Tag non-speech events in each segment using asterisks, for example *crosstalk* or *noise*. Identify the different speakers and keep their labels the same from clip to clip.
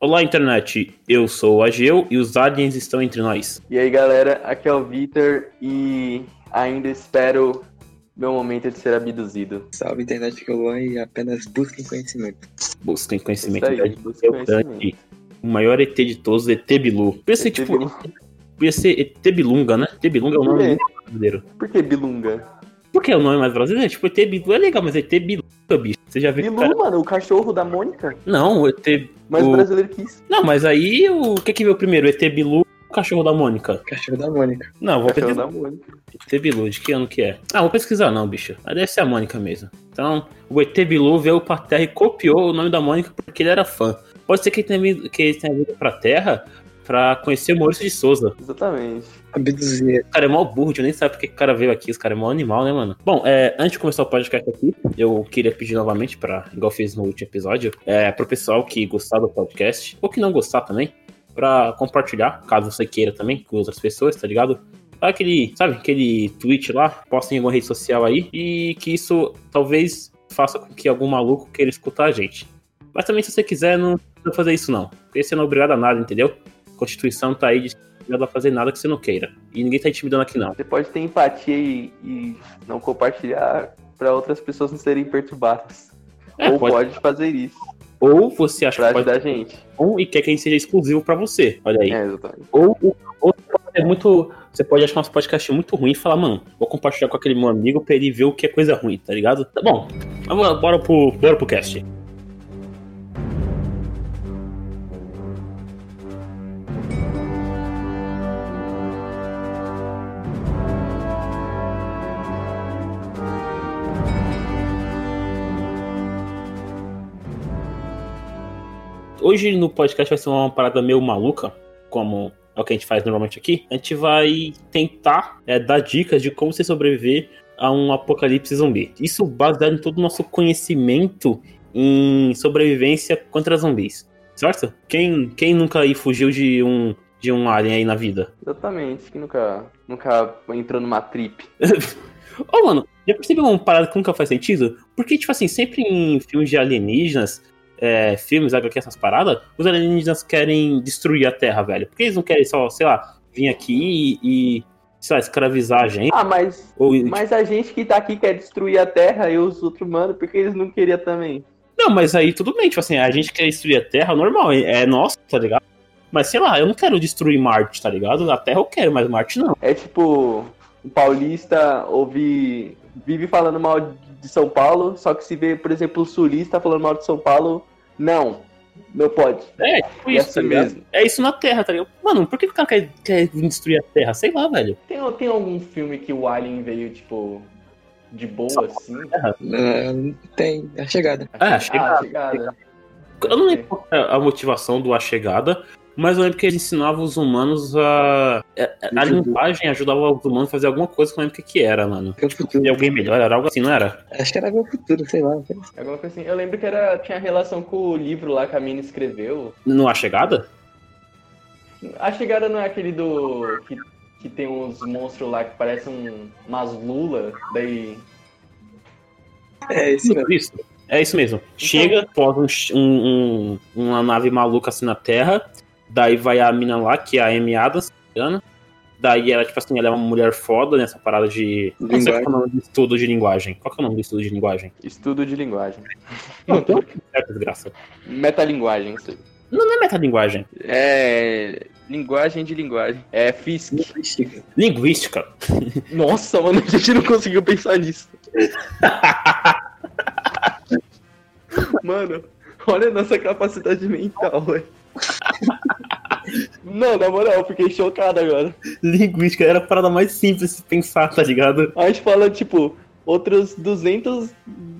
Speaker 1: Olá, internet. Eu sou o Ageu e os aliens estão entre nós.
Speaker 2: E aí galera, aqui é o Vitor e ainda espero meu momento de ser abduzido.
Speaker 3: Salve internet que eu vou e apenas busquem conhecimento.
Speaker 1: Busquem conhecimento.
Speaker 2: Isso aí,
Speaker 1: Idade
Speaker 2: busquem
Speaker 1: do Dante,
Speaker 2: conhecimento.
Speaker 1: O maior ET de todos, ET Bilu. Podia ser
Speaker 2: ET
Speaker 1: tipo. Podia ser ET Bilunga, né? ET Bilunga é o nome
Speaker 2: É.
Speaker 1: mais brasileiro.
Speaker 2: Por que Bilunga?
Speaker 1: Por que é o nome mais brasileiro? É Tipo, ET Bilu é legal, mas ET Bilunga, bicho. Você já viu que o
Speaker 2: Bilu,
Speaker 1: cara...
Speaker 2: mano, o cachorro da Mônica.
Speaker 1: Não, ET.
Speaker 2: Mas
Speaker 1: O-
Speaker 2: o brasileiro quis.
Speaker 1: Não, mas aí o, o que que veio primeiro? ET Bilu ou o cachorro da Mônica?
Speaker 3: Cachorro da Mônica.
Speaker 1: Não, vou
Speaker 2: Cachorro
Speaker 1: pesquisar.
Speaker 2: da Mônica.
Speaker 1: ET Bilu, de que ano que é? Ah, vou pesquisar não, bicho. Ah, Deve ser a Mônica mesmo. Então, o ET Bilu veio pra Terra e copiou o nome da Mônica porque ele era fã. Pode ser que ele tenha vindo, que ele tenha vindo pra Terra pra conhecer o Maurício de Souza.
Speaker 2: Exatamente.
Speaker 3: Abduzir.
Speaker 1: O cara é mó burro, eu nem sabe porque o cara veio aqui. Esse cara é mó animal, né, mano? Bom, é, antes de começar o podcast aqui, eu queria pedir novamente pra, igual eu fiz no último episódio, é, pro pessoal que gostar do podcast, ou que não gostar também, pra compartilhar, caso você queira também, com outras pessoas, tá ligado? Dá aquele, sabe, aquele tweet lá, posta em alguma rede social aí, e que isso talvez faça com que algum maluco queira escutar a gente. Mas também, se você quiser, não precisa fazer isso não. Porque você não é obrigado a nada, entendeu? A Constituição tá aí de obrigado a fazer nada que você não queira. E ninguém tá intimidando aqui, não.
Speaker 2: Você pode ter empatia e, e não compartilhar pra outras pessoas não serem perturbadas.
Speaker 1: É,
Speaker 2: Ou
Speaker 1: pode-
Speaker 2: pode... fazer isso
Speaker 1: Ou você acha
Speaker 2: pra
Speaker 1: que pode
Speaker 2: ajudar a
Speaker 1: ser
Speaker 2: gente.
Speaker 1: bom e quer que a gente seja exclusivo pra você. Olha aí.
Speaker 2: É, exatamente.
Speaker 1: Ou, ou você pode ser muito. Você pode achar nosso podcast muito ruim e falar, mano, vou compartilhar com aquele meu amigo pra ele ver o que é coisa ruim, tá ligado? Tá bom. Agora bora pro, bora pro cast. Hoje no podcast vai ser uma parada meio maluca, como é o que a gente faz normalmente aqui. A gente vai tentar é, dar dicas de como você sobreviver a um apocalipse zumbi. Isso baseado em todo o nosso conhecimento em sobrevivência contra zumbis, certo? Quem, quem nunca aí fugiu de um, de um alien aí na vida?
Speaker 2: Exatamente. Que nunca, nunca entrou numa trip.
Speaker 1: Ô, mano, já percebeu uma parada que nunca faz sentido? Porque, tipo assim, sempre em filmes de alienígenas, é, filmes, HQ, essas paradas, os alienígenas querem destruir a Terra, velho. Porque eles não querem só, sei lá, vir aqui e, e sei lá, escravizar a gente.
Speaker 2: Ah, mas
Speaker 1: Ou,
Speaker 2: Mas a gente que tá aqui quer destruir a Terra e os outros humanos, porque eles não queriam também.
Speaker 1: Não, mas aí tudo bem, tipo assim, a gente quer destruir a Terra, normal, é é nosso, tá ligado? Mas sei lá, eu não quero destruir Marte, tá ligado? A Terra eu quero, mas Marte não.
Speaker 2: É tipo, o paulista ouve, vive falando mal de São Paulo, só que se vê, por exemplo, o sulista falando mal de São Paulo, não, não pode.
Speaker 1: É, tipo
Speaker 2: É
Speaker 1: isso,
Speaker 2: assim
Speaker 1: tá ligado?
Speaker 2: mesmo.
Speaker 1: É isso na Terra, tá ligado? Mano, por que o cara quer, quer destruir a Terra? Sei lá, velho.
Speaker 2: Tem, tem algum filme que o Alien veio, tipo, de boa, assim?
Speaker 3: Não, Ah, tem a chegada.
Speaker 1: Ah, chegada.
Speaker 2: chegada.
Speaker 1: Eu não lembro qual é a motivação do A Chegada, mas eu lembro que ele ensinava os humanos a. é, é, A linguagem ajudava os humanos a fazer alguma coisa que eu não lembro o que que era, mano.
Speaker 3: Ver o futuro.
Speaker 1: E alguém melhor, era algo assim, não era?
Speaker 3: Acho que era ver o futuro, sei lá. não sei.
Speaker 2: Alguma coisa assim. Eu lembro que era, tinha relação com o livro lá que a Mina escreveu.
Speaker 1: No A Chegada?
Speaker 2: A chegada não é aquele do. que, que tem uns monstros lá que parecem um, umas lula, daí.
Speaker 3: É isso mesmo.
Speaker 1: Isso. É isso mesmo. Chega, posa um ch- um- um- uma nave maluca assim na Terra. Daí vai a mina lá, que é a Amy Adams, se não me engano. Daí ela, tipo assim, ela é uma mulher foda nessa parada de. Não sei qual
Speaker 3: Linguagem.
Speaker 1: é o nome de estudo de linguagem. Qual que é o nome do estudo de linguagem?
Speaker 2: Estudo de linguagem.
Speaker 1: Não, tem um nome certo, desgraça.
Speaker 2: Metalinguagem, isso aí.
Speaker 1: Não, não é metalinguagem.
Speaker 2: É. Linguagem de linguagem. É Fisk.
Speaker 3: Linguística.
Speaker 1: Linguística.
Speaker 2: Nossa, mano, a gente não conseguiu pensar nisso. *laughs* mano, olha a nossa capacidade mental, velho. Não, na moral, eu fiquei chocado agora.
Speaker 1: Linguística era a parada mais simples de pensar, tá ligado?
Speaker 2: A gente fala, tipo, outras 200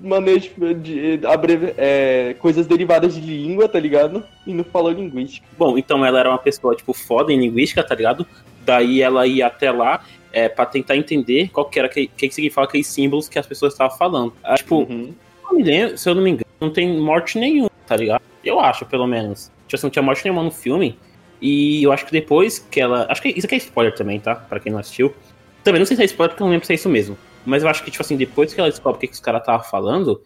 Speaker 2: maneiras de, de abre- é, coisas derivadas de língua, tá ligado? E não falou linguística.
Speaker 1: Bom, então ela era uma pessoa, tipo, foda em linguística, tá ligado? Daí ela ia até lá é, pra tentar entender qual que era, o que, que que significava aqueles símbolos que as pessoas estavam falando. Ah, tipo,
Speaker 2: Uhum.
Speaker 1: não me lembro, se eu não me engano, não tem morte nenhuma, tá ligado? Eu acho, pelo menos. Tipo assim, não tinha morte nenhuma no filme. E eu acho que depois que ela. Acho que isso aqui é spoiler também, tá? Pra quem não assistiu. Também não sei se é spoiler porque eu não lembro se é isso mesmo. Mas eu acho que, tipo assim, depois que ela descobre o que, que os caras estavam falando,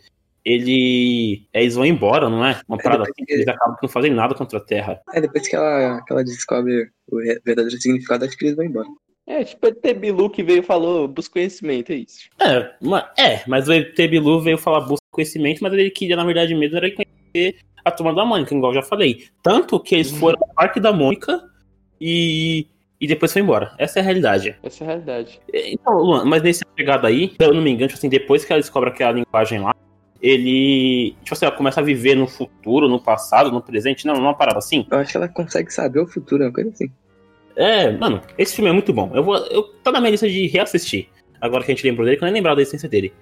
Speaker 1: ele. é, eles vão embora, não é? Uma
Speaker 3: É,
Speaker 1: parada
Speaker 3: depois
Speaker 1: assim,
Speaker 3: que-
Speaker 1: eles acabam que não fazem nada contra a Terra.
Speaker 3: É depois que ela, que ela descobre o re- verdadeiro significado, acho que eles vão embora.
Speaker 2: É, tipo, até Bilu que veio e falou, busca conhecimento, é isso.
Speaker 1: É, ma- é mas o ET Bilu veio falar busca conhecimento, mas ele queria, na verdade, mesmo era conhecer a turma da Mônica, igual eu já falei. Tanto que eles foram ao Parque da Mônica e. E depois foi embora. Essa é a realidade.
Speaker 2: Essa é a realidade.
Speaker 1: É, Então, Luan, mas nesse pegada aí, se eu não me engano, tipo assim, depois que ela descobre aquela linguagem lá, ele. Tipo assim, ela começa a viver no futuro, no passado, no presente, não, numa parada assim.
Speaker 3: Eu acho que ela consegue saber o futuro, uma coisa assim.
Speaker 1: É, mano, esse filme é muito bom. Eu vou. Eu, tá na minha lista de reassistir. Agora que a gente lembrou dele, que eu nem lembrava da essência dele.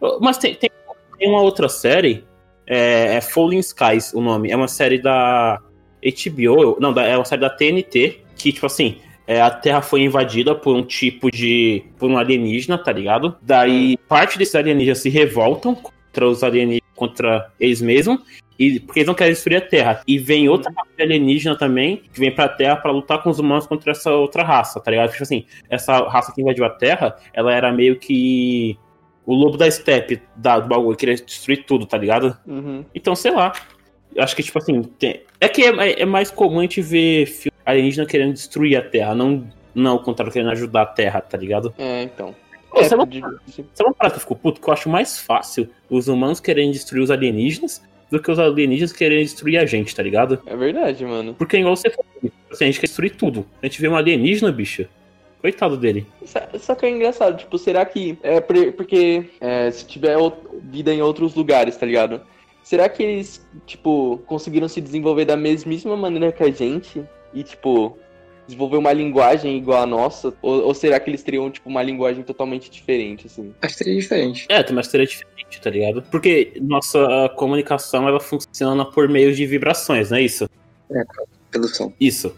Speaker 1: Ô, Mas tem, tem, tem uma outra série, é, é Falling Skies, o nome. É uma série da HBO, eu- não, da- é uma série da TNT, que, tipo assim, é, a Terra foi invadida por um tipo de. por um alienígena, tá ligado? Daí parte desses alienígenas se revoltam contra os alienígenas, contra eles mesmos. E, porque eles não querem destruir a Terra. E vem outra raça alienígena também, que vem pra Terra pra lutar com os humanos contra essa outra raça, tá ligado? Tipo assim, essa raça que invadiu a Terra, ela era meio que o lobo da steppe da, do bagulho, queria destruir tudo, tá ligado?
Speaker 2: Uhum.
Speaker 1: Então, sei lá. Eu acho que, tipo assim, tem- é que é, é mais comum a gente ver filme alienígena querendo destruir a Terra, não, não o contrário, querendo ajudar a Terra, tá ligado?
Speaker 2: É, então.
Speaker 1: Ô,
Speaker 2: é,
Speaker 1: você não-
Speaker 2: de- de-
Speaker 1: Sabe uma parada que eu fico puto? Que eu acho mais fácil os humanos querendo destruir os alienígenas do que os alienígenas querendo destruir a gente, tá ligado?
Speaker 2: é verdade, mano.
Speaker 1: Porque igual você falou, assim, a gente quer destruir tudo. A gente vê um alienígena, bicho. Coitado dele.
Speaker 2: Só- Só que é engraçado, tipo, será que. É pre- porque é, se tiver ou- vida em outros lugares, tá ligado? Será que eles, tipo, conseguiram se desenvolver da mesmíssima maneira que a gente? E, tipo, desenvolver uma linguagem igual a nossa? Ou, ou será que eles teriam, tipo, uma linguagem totalmente diferente, assim?
Speaker 3: Acho que seria diferente.
Speaker 1: É, também acho que seria diferente, tá ligado? Porque nossa comunicação, ela funciona por meio de vibrações, não é isso?
Speaker 3: né, Pelo som.
Speaker 1: Isso.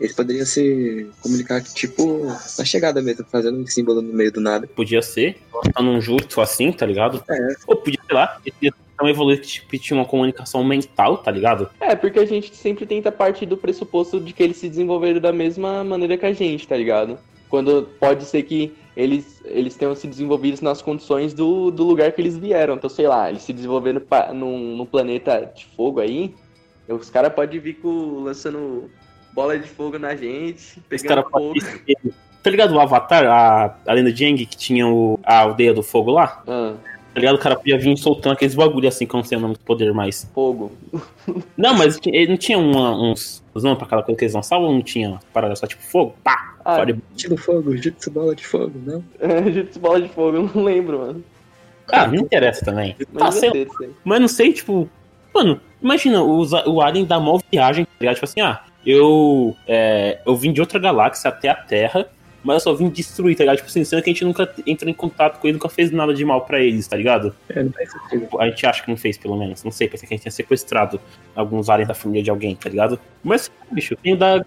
Speaker 3: Eles poderiam se comunicar, tipo, na chegada mesmo, fazendo um símbolo no meio do nada.
Speaker 1: Podia ser, tá num jutsu assim, tá ligado?
Speaker 3: É.
Speaker 1: Ou podia, sei lá, então evoluir que tipo, tinha uma comunicação mental, tá ligado?
Speaker 2: É, porque a gente sempre tenta partir do pressuposto de que eles se desenvolveram da mesma maneira que a gente, tá ligado? Quando pode ser que eles, eles tenham se desenvolvido nas condições do, do lugar que eles vieram. Então, sei lá, eles se desenvolveram pa- num, num planeta de fogo aí, os caras podem vir com, lançando bola de fogo na gente,
Speaker 1: Esse
Speaker 2: pegando
Speaker 1: cara
Speaker 2: fogo.
Speaker 1: pode ser... Tá ligado o Avatar, a, a lenda de Aang, que tinha o, a aldeia do fogo lá?
Speaker 2: Ah,
Speaker 1: Tá ligado? O cara podia vir soltando aqueles bagulho assim, que eu não sei o nome do poder mais.
Speaker 2: fogo.
Speaker 1: Não, mas ti- ele não tinha uma- uns, uns nomes pra cada coisa que eles lançavam? Não tinha parada só tipo fogo? Pá!
Speaker 3: É.
Speaker 2: Ah,
Speaker 1: fire-
Speaker 3: Tiro fogo, jutsu bola de fogo, não?
Speaker 2: jutsu *laughs* bola de fogo, eu não lembro, mano.
Speaker 1: Ah, não interessa também. Tá,
Speaker 2: Mas
Speaker 1: sei lá.
Speaker 2: eu sei, eu sei.
Speaker 1: Mas não sei, tipo. Mano, imagina, o, za- o Alien dá mó viagem, tá ligado? Tipo assim, ah, eu. é, eu vim de outra galáxia até a Terra, mas eu só vim destruir, tá ligado? Tipo assim, sendo que a gente nunca entrou em contato com ele, nunca fez nada de mal pra eles, tá ligado? Tipo,
Speaker 3: É, não faz sentido.
Speaker 1: A gente acha que não fez, pelo menos. Não sei, pensei que a gente tinha sequestrado alguns aliens da família de alguém, tá ligado? Mas, bicho, tem o da.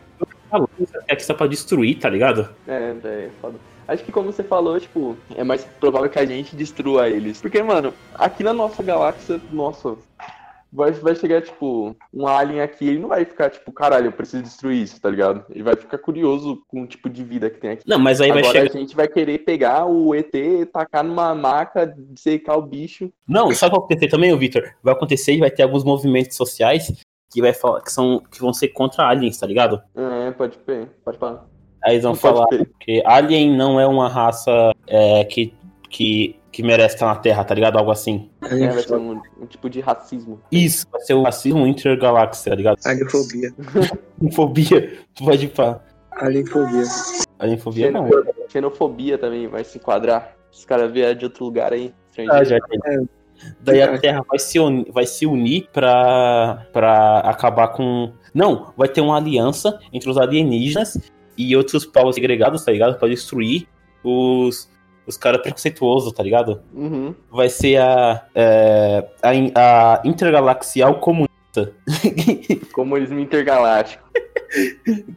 Speaker 1: É que está pra destruir, tá ligado?
Speaker 2: É, velho, foda. Acho que como você falou, tipo, é mais provável que a gente destrua eles. Porque, mano, aqui na nossa galáxia, nossa, vai, vai chegar, tipo, um alien aqui, ele não vai ficar, tipo, caralho, eu preciso destruir isso, tá ligado? Ele vai ficar curioso com o tipo de vida que tem aqui.
Speaker 1: Não, mas aí vai
Speaker 2: Agora é
Speaker 1: chegar.
Speaker 2: a gente vai querer pegar o ET, tacar numa maca, secar o bicho.
Speaker 1: Não, sabe o que vai acontecer também, Victor? Vai acontecer e vai ter alguns movimentos sociais que, vai falar, que, são, que vão ser contra aliens, tá ligado?
Speaker 2: É, pode pôr, pode falar.
Speaker 1: Aí eles vão
Speaker 2: Não
Speaker 1: falar
Speaker 2: pode ter.
Speaker 1: que alien não é uma raça é, que, que, que merece estar na Terra, tá ligado? Algo assim.
Speaker 2: É, vai ser um, um tipo de racismo.
Speaker 1: Isso, vai ser o racismo intergaláxia, tá ligado?
Speaker 3: Alienfobia.
Speaker 1: Alienfobia, tu vai de pá.
Speaker 3: Alienfobia.
Speaker 1: Alienfobia não.
Speaker 2: Xenofobia também vai se enquadrar. Os caras vieram de outro lugar aí,
Speaker 1: Ah,
Speaker 2: estrangeiro.
Speaker 1: já entendi. Daí a Terra vai se, uni- vai se unir pra, pra acabar com. Não, vai ter uma aliança entre os alienígenas e outros povos segregados, tá ligado? Pra destruir os, os caras preconceituosos, tá ligado?
Speaker 2: Uhum.
Speaker 1: Vai ser a, é, a, in- a intergalaxial comunista. *laughs*
Speaker 2: Comunismo intergaláctico.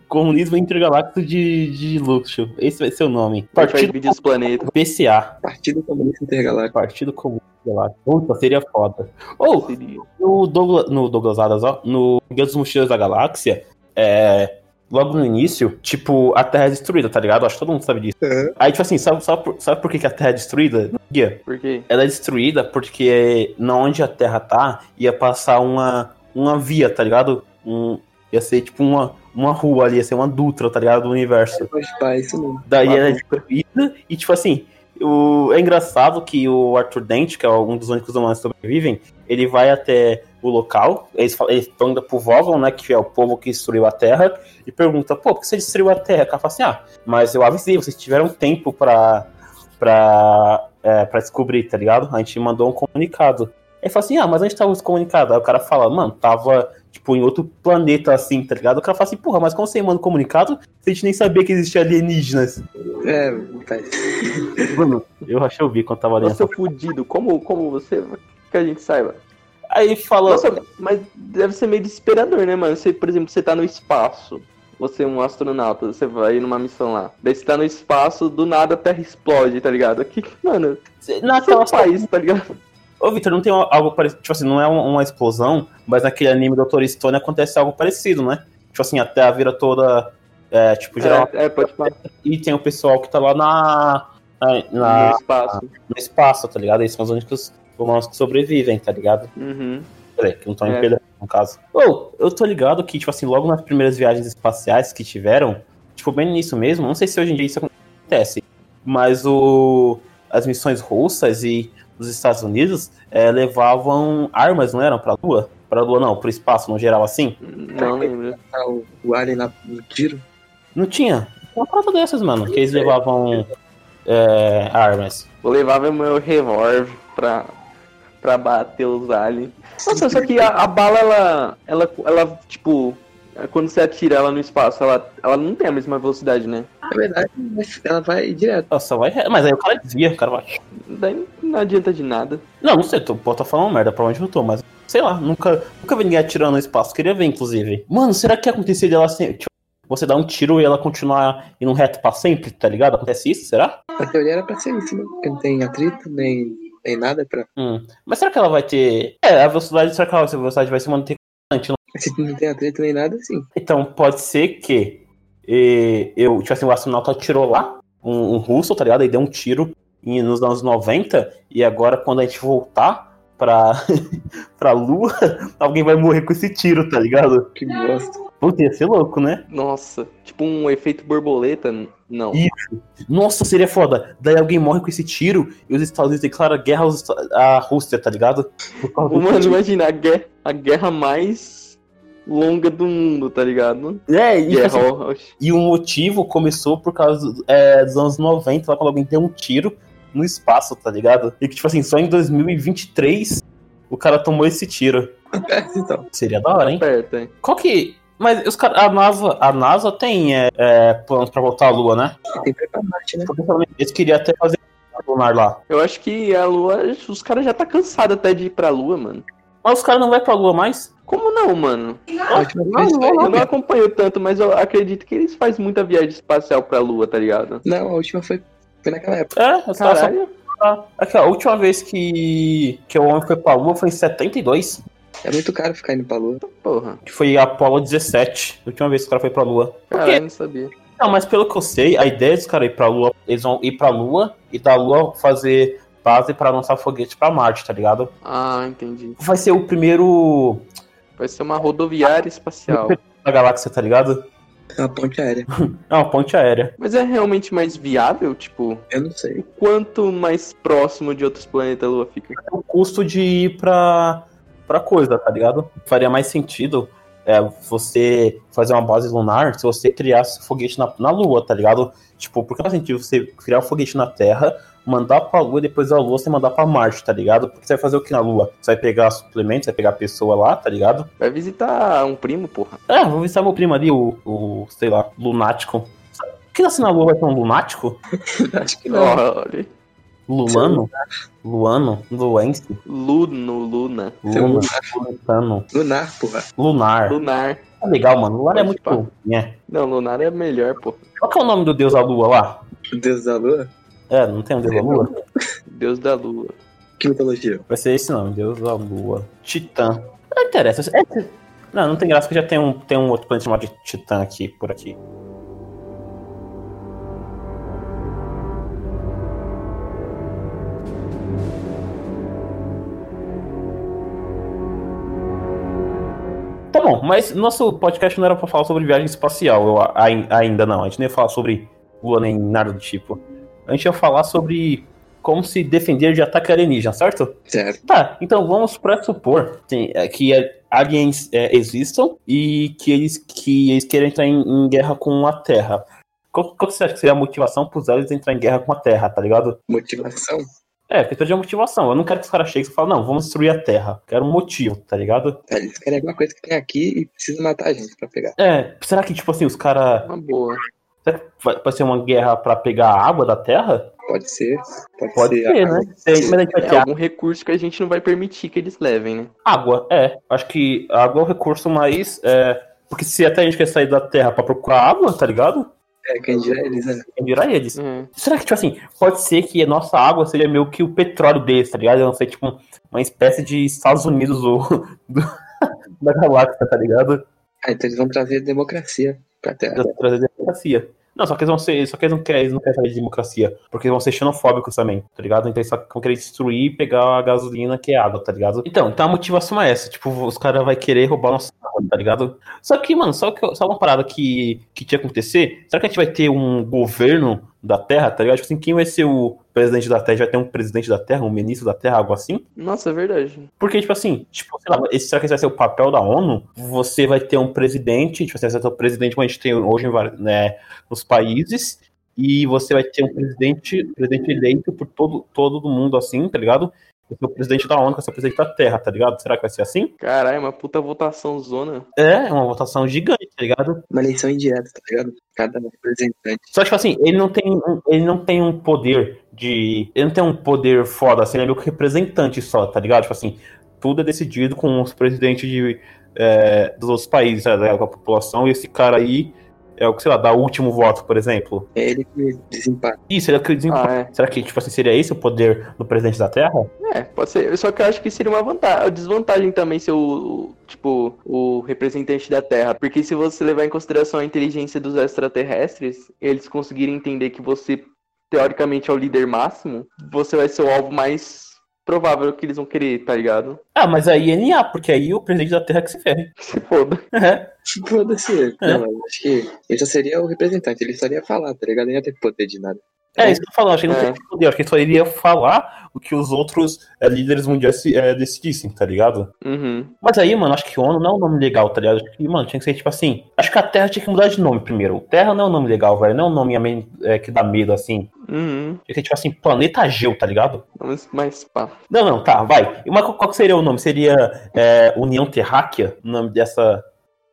Speaker 1: Comunismo intergaláctico de, de luxo. Esse vai ser o nome.
Speaker 2: Partido... Vai
Speaker 1: Partido
Speaker 2: dividir os planetas.
Speaker 1: PCA.
Speaker 3: Partido Comunista Intergaláctico.
Speaker 1: Partido Comunista Galáctico. Puta, seria foda. Ou,
Speaker 2: Seria.
Speaker 1: No Douglas, no Douglas Adams, ó, no Guia dos Mochileiros da Galáxia, é, logo no início, tipo, a Terra é destruída, tá ligado? Acho que todo mundo sabe disso.
Speaker 3: Aham.
Speaker 1: Aí, tipo assim, sabe, sabe, por, sabe por que, que a Terra é destruída? Guia,
Speaker 2: Por quê?
Speaker 1: ela é destruída porque na onde a Terra tá, ia passar uma, uma via, tá ligado? Um, ia ser tipo uma, uma rua ali, ia ser uma dutra, tá ligado? Do universo.
Speaker 3: Pode pá, isso não.
Speaker 1: Daí
Speaker 2: Ah,
Speaker 1: ela é
Speaker 2: não.
Speaker 1: destruída e, tipo assim, o... é engraçado que o Arthur Dent, que é um dos únicos humanos que sobrevivem, ele vai até o local, eles fa- eles estão indo pro Vogon, né, que é o povo que destruiu a Terra, e pergunta, pô, por que você destruiu a Terra? O cara fala assim, ah, mas eu avisei, vocês tiveram tempo pra, pra, é, pra descobrir, tá ligado? A gente mandou um comunicado. Ele fala assim, ah, mas onde tava esse comunicado? Aí o cara fala, mano, tava, tipo, em outro planeta, assim, tá ligado? O cara fala assim, porra, mas como você manda comunicado se a gente nem sabia que existia alienígenas?
Speaker 3: É, tá.
Speaker 1: Mano, eu achei eu vi quando tava ali.
Speaker 2: Nossa, fudido. Como, como você? Que a gente saiba.
Speaker 1: Aí falou.
Speaker 2: Nossa, mas deve ser meio desesperador, né, mano? Você, por exemplo, você tá no espaço. Você é um astronauta, você vai numa missão lá. Daí você tá no espaço, do nada a Terra explode, tá ligado? Que, mano,
Speaker 1: naquela
Speaker 2: aquela país, tá ligado?
Speaker 1: Ô, Victor, não tem algo parecido. Tipo assim, não é uma, uma explosão, mas naquele anime Doutor Stone acontece algo parecido, né? Tipo assim, a Terra vira toda. É, tipo, geral.
Speaker 2: É, é, pode falar.
Speaker 1: E tem o pessoal que tá lá na. na- na-
Speaker 2: No espaço.
Speaker 1: no espaço, tá ligado? Eles são os únicos humanos que sobrevivem, tá ligado?
Speaker 2: Uhum.
Speaker 1: Peraí, que não estão
Speaker 2: É.
Speaker 1: em pedra, no caso. Ô, eu tô ligado que, tipo assim, logo nas primeiras viagens espaciais que tiveram, tipo, bem nisso mesmo, não sei se hoje em dia isso acontece, mas o, as missões russas e dos Estados Unidos é, levavam armas, não eram? Pra lua? Pra lua não, pro espaço no geral, assim?
Speaker 2: Não lembro.
Speaker 3: Tá o, o Alien lá no tiro.
Speaker 1: Não tinha. Uma parada dessas, mano, que eles levavam é, armas.
Speaker 2: Eu levava meu revólver pra, pra bater os aliens. Nossa, só que a, a bala, ela, ela, ela, tipo, quando você atira ela no espaço, ela, ela não tem a mesma velocidade, né?
Speaker 3: Na verdade, ela vai direto.
Speaker 1: Nossa, vai. Mas aí o cara desvia, o cara vai.
Speaker 2: Daí não adianta de nada.
Speaker 1: Não, não sei, tô, pô, tô falando merda pra onde eu tô, mas sei lá, nunca, nunca vi ninguém atirando no espaço, queria ver, inclusive. Mano, será que aconteceria ela sem. tipo, você dar um tiro e ela continuar indo reto pra sempre, tá ligado? Acontece isso, será?
Speaker 3: A teoria era pra ser isso, né? Porque não tem atrito, nem, nem nada pra.
Speaker 1: Hum. Mas será que ela vai ter. É, a velocidade, será que a velocidade vai se manter constante?
Speaker 3: Se não tem atrito nem nada, sim.
Speaker 1: Então, pode ser que eh, eu, tipo assim, o astronauta atirou lá, um, um russo, tá ligado? Ele deu um tiro em- nos anos 90, e agora quando a gente voltar pra, *laughs* pra Lua, *laughs* alguém vai morrer com esse tiro, tá ligado?
Speaker 3: Que bosta.
Speaker 1: Puta, ia ser louco, né?
Speaker 2: Nossa, tipo um efeito borboleta? n- Não.
Speaker 1: Ih. Nossa, seria foda. Daí alguém morre com esse tiro e os Estados Unidos declaram guerra aos Esta- à Rússia, tá ligado? Por causa do
Speaker 2: *laughs* Mano,
Speaker 1: tiro.
Speaker 2: imagina a guerra, a guerra mais longa do mundo, tá ligado?
Speaker 1: É, e,
Speaker 2: Guerra.
Speaker 1: assim,
Speaker 2: ó, oxi.
Speaker 1: e o motivo começou por causa é, dos anos 90, lá quando alguém deu um tiro no espaço, tá ligado? E que, tipo assim, só em 2023 o cara tomou esse tiro.
Speaker 3: Acontece então.
Speaker 1: Seria da hora, hein?
Speaker 2: Aperta, hein?
Speaker 1: Qual que. Mas os cara, a, NASA, a NASA tem é, é, planos pra voltar à Lua, né?
Speaker 3: Tem que ir pra Marte, né?
Speaker 1: Porque provavelmente eles queriam até fazer um lunar lá.
Speaker 2: Eu acho que a lua. Os caras já tá cansado até de ir pra lua, mano.
Speaker 1: Mas os caras não vão pra Lua mais?
Speaker 2: Como não, mano?
Speaker 3: A última
Speaker 1: não,
Speaker 3: vez
Speaker 1: não,
Speaker 3: foi-
Speaker 2: Eu não acompanho tanto, mas eu acredito que eles fazem muita viagem espacial pra lua, tá ligado?
Speaker 3: Não, a última foi, foi naquela época.
Speaker 1: É, os caras só
Speaker 2: Caralho.
Speaker 1: Ah, Aqui, ó, a última vez que, que o homem foi pra Lua foi em 72,
Speaker 3: É muito caro ficar indo pra Lua.
Speaker 2: Porra.
Speaker 1: que foi a Apollo 17, a última vez que o cara foi pra Lua. Por
Speaker 2: Caralho,
Speaker 1: quê?
Speaker 2: não sabia.
Speaker 1: Não, mas pelo que eu sei, a ideia dos caras ir pra Lua, eles vão ir pra Lua e da Lua fazer base pra lançar foguete pra Marte, tá ligado?
Speaker 2: Ah, entendi.
Speaker 1: Vai ser o primeiro
Speaker 2: Vai ser uma rodoviária espacial.
Speaker 1: da galáxia, tá ligado?
Speaker 3: É uma ponte aérea.
Speaker 1: Não, ponte aérea.
Speaker 2: Mas é realmente mais viável, tipo,
Speaker 3: Eu não sei. *laughs*
Speaker 2: quanto mais próximo de outros planetas a Lua fica?
Speaker 1: o um custo de ir pra, pra coisa, tá ligado? Faria mais sentido é, você fazer uma base lunar se você criasse foguete na, na Lua, tá ligado? Tipo, porque faz sentido você criar um foguete na Terra, mandar pra Lua e depois da Lua você mandar pra Marte, tá ligado? Porque você vai fazer o que na Lua? Você vai pegar suplementos, vai pegar a pessoa lá, tá ligado?
Speaker 2: Vai visitar um primo, porra.
Speaker 1: É, vou visitar meu primo ali, o, o sei lá, lunático. Quem nasce na Lua vai ser um lunático?
Speaker 3: Acho que não.
Speaker 2: Olha.
Speaker 1: Luano? Luano? Luense?
Speaker 2: Luno, Luna.
Speaker 3: Você é
Speaker 1: Luna? Lunatano?
Speaker 3: Lunar, porra.
Speaker 1: Lunar.
Speaker 2: Lunar.
Speaker 1: Tá legal, mano. Lunar é
Speaker 2: Pode
Speaker 1: muito
Speaker 2: pá.
Speaker 1: bom. né?
Speaker 2: Não, Lunar é melhor, pô.
Speaker 1: Qual que é o nome do deus da lua lá?
Speaker 3: Deus da Lua?
Speaker 1: É, não tem um deus da lua?
Speaker 2: Deus da Lua.
Speaker 3: Que mitologia?
Speaker 1: Vai ser esse nome, deus da lua. Titã. Não interessa. É, Não, não tem graça, porque já tem um, tem um outro planeta chamado de Titã aqui, por aqui. Tá bom, mas nosso podcast não era pra falar sobre viagem espacial, eu a- ai- ainda não. A gente nem ia falar sobre Lua nem nada do tipo. A gente ia falar sobre como se defender de ataque alienígena, certo?
Speaker 3: Certo.
Speaker 1: Tá, então vamos pressupor tem- é, que é, aliens é, existam e que eles, que eles querem entrar em, em guerra com a Terra. Qual, qual que você acha que seria a motivação pros aliens entrar em guerra com a Terra, tá ligado?
Speaker 3: Motivação?
Speaker 1: É, questão de motivação. Eu não quero que os caras cheguem e falem, não, vamos destruir a Terra. Quero um motivo, tá ligado?
Speaker 3: Velho, eles querem alguma coisa que tem aqui e precisa matar a gente pra pegar.
Speaker 1: É, será que, tipo assim, os caras.
Speaker 2: Uma boa.
Speaker 1: Será que vai, vai ser uma guerra pra pegar a água da Terra?
Speaker 3: Pode ser. Ah, Pode,
Speaker 1: Pode ser,
Speaker 3: a-
Speaker 1: né? Tem- mas a gente vai
Speaker 2: É
Speaker 1: ter
Speaker 2: algum recurso que a gente não vai permitir que eles levem, né?
Speaker 1: Água, é. Acho que água é o recurso mais. é, porque se até a gente quer sair da Terra pra procurar água, tá ligado?
Speaker 3: É, quem dirá eles, né?
Speaker 1: Quem dirá eles.
Speaker 2: É.
Speaker 1: Será que, tipo assim, pode ser que a nossa água seja meio que o petróleo deles, tá ligado? Eu não sei, tipo, uma espécie de Estados Unidos ou *laughs* do- da galáxia, tá ligado?
Speaker 3: Ah, então eles vão trazer democracia pra terra.
Speaker 1: Da trazer é democracia. Não, só que eles vão ser. Só que eles não querem, eles não querem saber de democracia. Porque eles vão ser xenofóbicos também, tá ligado? Então eles só vão querer destruir e pegar a gasolina que é água, tá ligado? Então, então a motivação é essa. Tipo, os caras vão querer roubar nossa água, tá ligado? Só que, mano, só, que, só uma parada que, que tinha que acontecer. Será que a gente vai ter um governo da Terra, tá ligado? Tipo assim, quem vai ser o presidente da Terra? A gente vai ter um presidente da Terra, um ministro da Terra, algo assim?
Speaker 2: Nossa, é verdade.
Speaker 1: Porque, tipo assim, tipo, sei lá, esse, será que esse vai ser o papel da ONU? Você vai ter um presidente, tipo, você vai ter o presidente como a gente tem hoje em vários, né, nos países, e você vai ter um presidente, presidente eleito por todo, todo mundo, assim, tá ligado? Vai ser o presidente da ONU, vai ser o presidente da Terra, tá ligado? Será que vai ser assim?
Speaker 2: Caralho, é uma puta votação zona.
Speaker 1: É, é uma votação gigante, tá ligado?
Speaker 3: Uma eleição indireta, tá ligado? Cada representante.
Speaker 1: Só que, tipo assim, ele não tem um, ele não tem um poder de. Ele não tem um poder foda, assim, ele é meio que representante só, tá ligado? Tipo assim, tudo é decidido com os presidentes de, é, dos outros países, né, da- com a população, e esse cara aí é o que, sei lá, dá o último voto, por exemplo.
Speaker 3: É ele que desempata. *laughs*
Speaker 1: Isso, ele é o que desempa-
Speaker 2: Ah, é.
Speaker 1: Será que, tipo assim, seria esse o poder do presidente da Terra?
Speaker 2: É, pode ser. Só que eu acho que seria uma vantagem, uma desvantagem também ser o, o- tipo, o representante da Terra. Porque se você levar em consideração a inteligência dos extraterrestres, eles conseguirem entender que você, teoricamente, é o líder máximo, você vai ser o alvo mais provável que eles vão querer, tá ligado?
Speaker 1: Ah, mas aí é NA, porque aí o presidente da Terra é que se ferre. *laughs*
Speaker 2: Se foda.
Speaker 1: É.
Speaker 3: Foda-se. Não, eu acho que ele só seria o representante. Ele só iria falar, tá ligado? Ele não ia ter poder de nada.
Speaker 1: É isso que eu tô falando, acho que ele não
Speaker 2: É.
Speaker 1: tem esse poder, acho que ele só iria falar o que os outros é, líderes mundiais é, decidissem, tá ligado?
Speaker 2: Uhum.
Speaker 1: Mas aí, mano, acho que ONU não é um nome legal, tá ligado? Acho que, mano, tinha que ser tipo assim. Acho que a Terra tinha que mudar de nome primeiro. Terra não é um nome legal, velho. Não é um nome amen- é, que dá medo, assim. Tinha
Speaker 2: Uhum.
Speaker 1: que ser tipo assim, Planeta Geu, tá ligado?
Speaker 2: Mas, mas pá.
Speaker 1: Não, não, tá, vai. E, Mas qual qual que seria o nome? Seria é, União Terráquea, o nome dessa,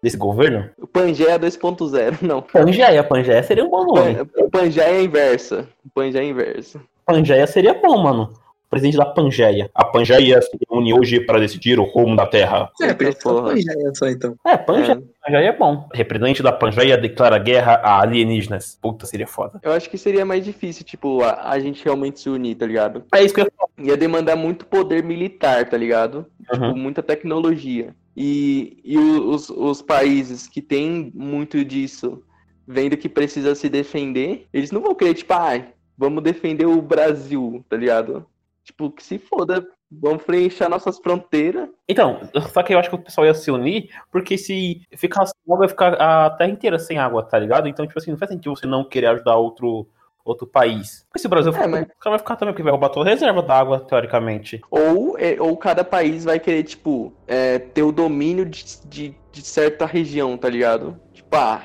Speaker 1: desse governo?
Speaker 2: O é Pangeia 2.0, *laughs* não.
Speaker 1: Pangeia, Pangeia seria um bom nome.
Speaker 2: Pan- O Pangeia é inversa. O Pangeia é inversa.
Speaker 1: Pangeia seria bom, mano. Presidente da Pangeia. A Pangeia se reúne hoje para decidir o rumo da Terra.
Speaker 3: É, pra ele
Speaker 2: Eita,
Speaker 3: falar,
Speaker 2: porra.
Speaker 3: "Pô, já é só então.
Speaker 1: É, Pangeia.
Speaker 2: É.
Speaker 1: Pangeia é bom. Representante da Pangeia declara guerra a alienígenas. Puta, seria foda.
Speaker 2: Eu acho que seria mais difícil, tipo, a, a gente realmente se unir, tá ligado?
Speaker 1: É isso que eu ia
Speaker 2: ia demandar muito poder militar, tá ligado?
Speaker 1: falar.
Speaker 2: Tipo, muita tecnologia. E, e o- os, os países que têm muito disso, vendo que precisa se defender, eles não vão querer, tipo, ai, vamos defender o Brasil, tá ligado? Tipo, que se foda, vamos fechar nossas fronteiras.
Speaker 1: Então, só que eu acho que o pessoal ia se unir, porque se ficar sem água, vai ficar a terra inteira sem água, tá ligado? Então, tipo assim, não faz sentido você não querer ajudar outro, outro país. Porque se o Brasil
Speaker 2: É,
Speaker 1: ficar,
Speaker 2: mas-
Speaker 1: o cara vai ficar também, porque vai roubar toda a reserva da água, teoricamente.
Speaker 2: Ou, é, ou cada país vai querer, tipo, é, ter o domínio de, de, de certa região, tá ligado? Tipo, ah,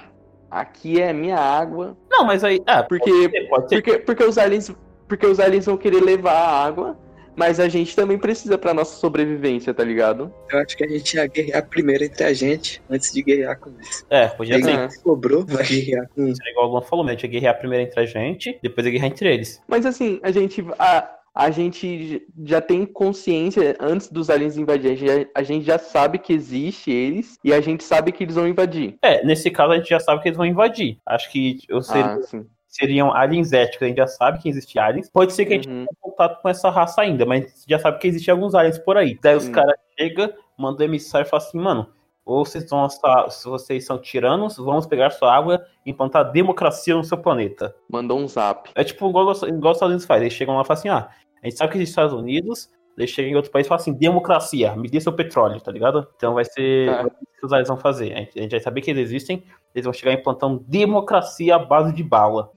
Speaker 2: aqui é minha água.
Speaker 1: Não, mas aí. É,
Speaker 2: Porque
Speaker 1: pode ser, pode ser.
Speaker 2: Porque, porque, os aliens, porque os aliens vão querer levar a água, mas a gente também precisa pra nossa sobrevivência, tá ligado?
Speaker 3: Eu acho que a gente ia guerrear primeiro entre a gente, antes de guerrear com eles.
Speaker 1: É, podia
Speaker 3: Sim.
Speaker 1: ser.
Speaker 2: É.
Speaker 3: Sobrou, vai guerrear com
Speaker 1: Seria igual o Luan falou, né? A gente ia guerrear primeiro entre a gente, depois ia guerrear entre eles.
Speaker 2: Mas assim, a gente, a, a gente já tem consciência antes dos aliens invadirem. A gente, já- a gente já sabe que existe eles e a gente sabe que eles vão invadir.
Speaker 1: É, nesse caso a gente já sabe que eles vão invadir. Acho que eu ser-
Speaker 2: Ah, sim.
Speaker 1: seriam aliens éticos, a gente já sabe que existe aliens. Pode ser que a gente
Speaker 2: Uhum.
Speaker 1: em contato com essa raça ainda, mas já sabe que existe alguns aliens por aí. Daí os
Speaker 2: Sim.
Speaker 1: caras chegam, mandam emissário um e falam assim, mano, ou se, são, se vocês são tiranos, vamos pegar sua água e implantar democracia no seu planeta.
Speaker 2: Mandou um zap.
Speaker 1: É tipo igual, igual os Estados Unidos faz. Eles chegam lá e falam assim, ah, a gente sabe que existe Estados Unidos, eles chegam em outro país e falam assim, democracia, me dê seu petróleo, tá ligado? Então vai ser
Speaker 2: É.
Speaker 1: vai ser o que os aliens vão fazer. A gente, a gente vai saber que eles existem, eles vão chegar implantando democracia à base de bala.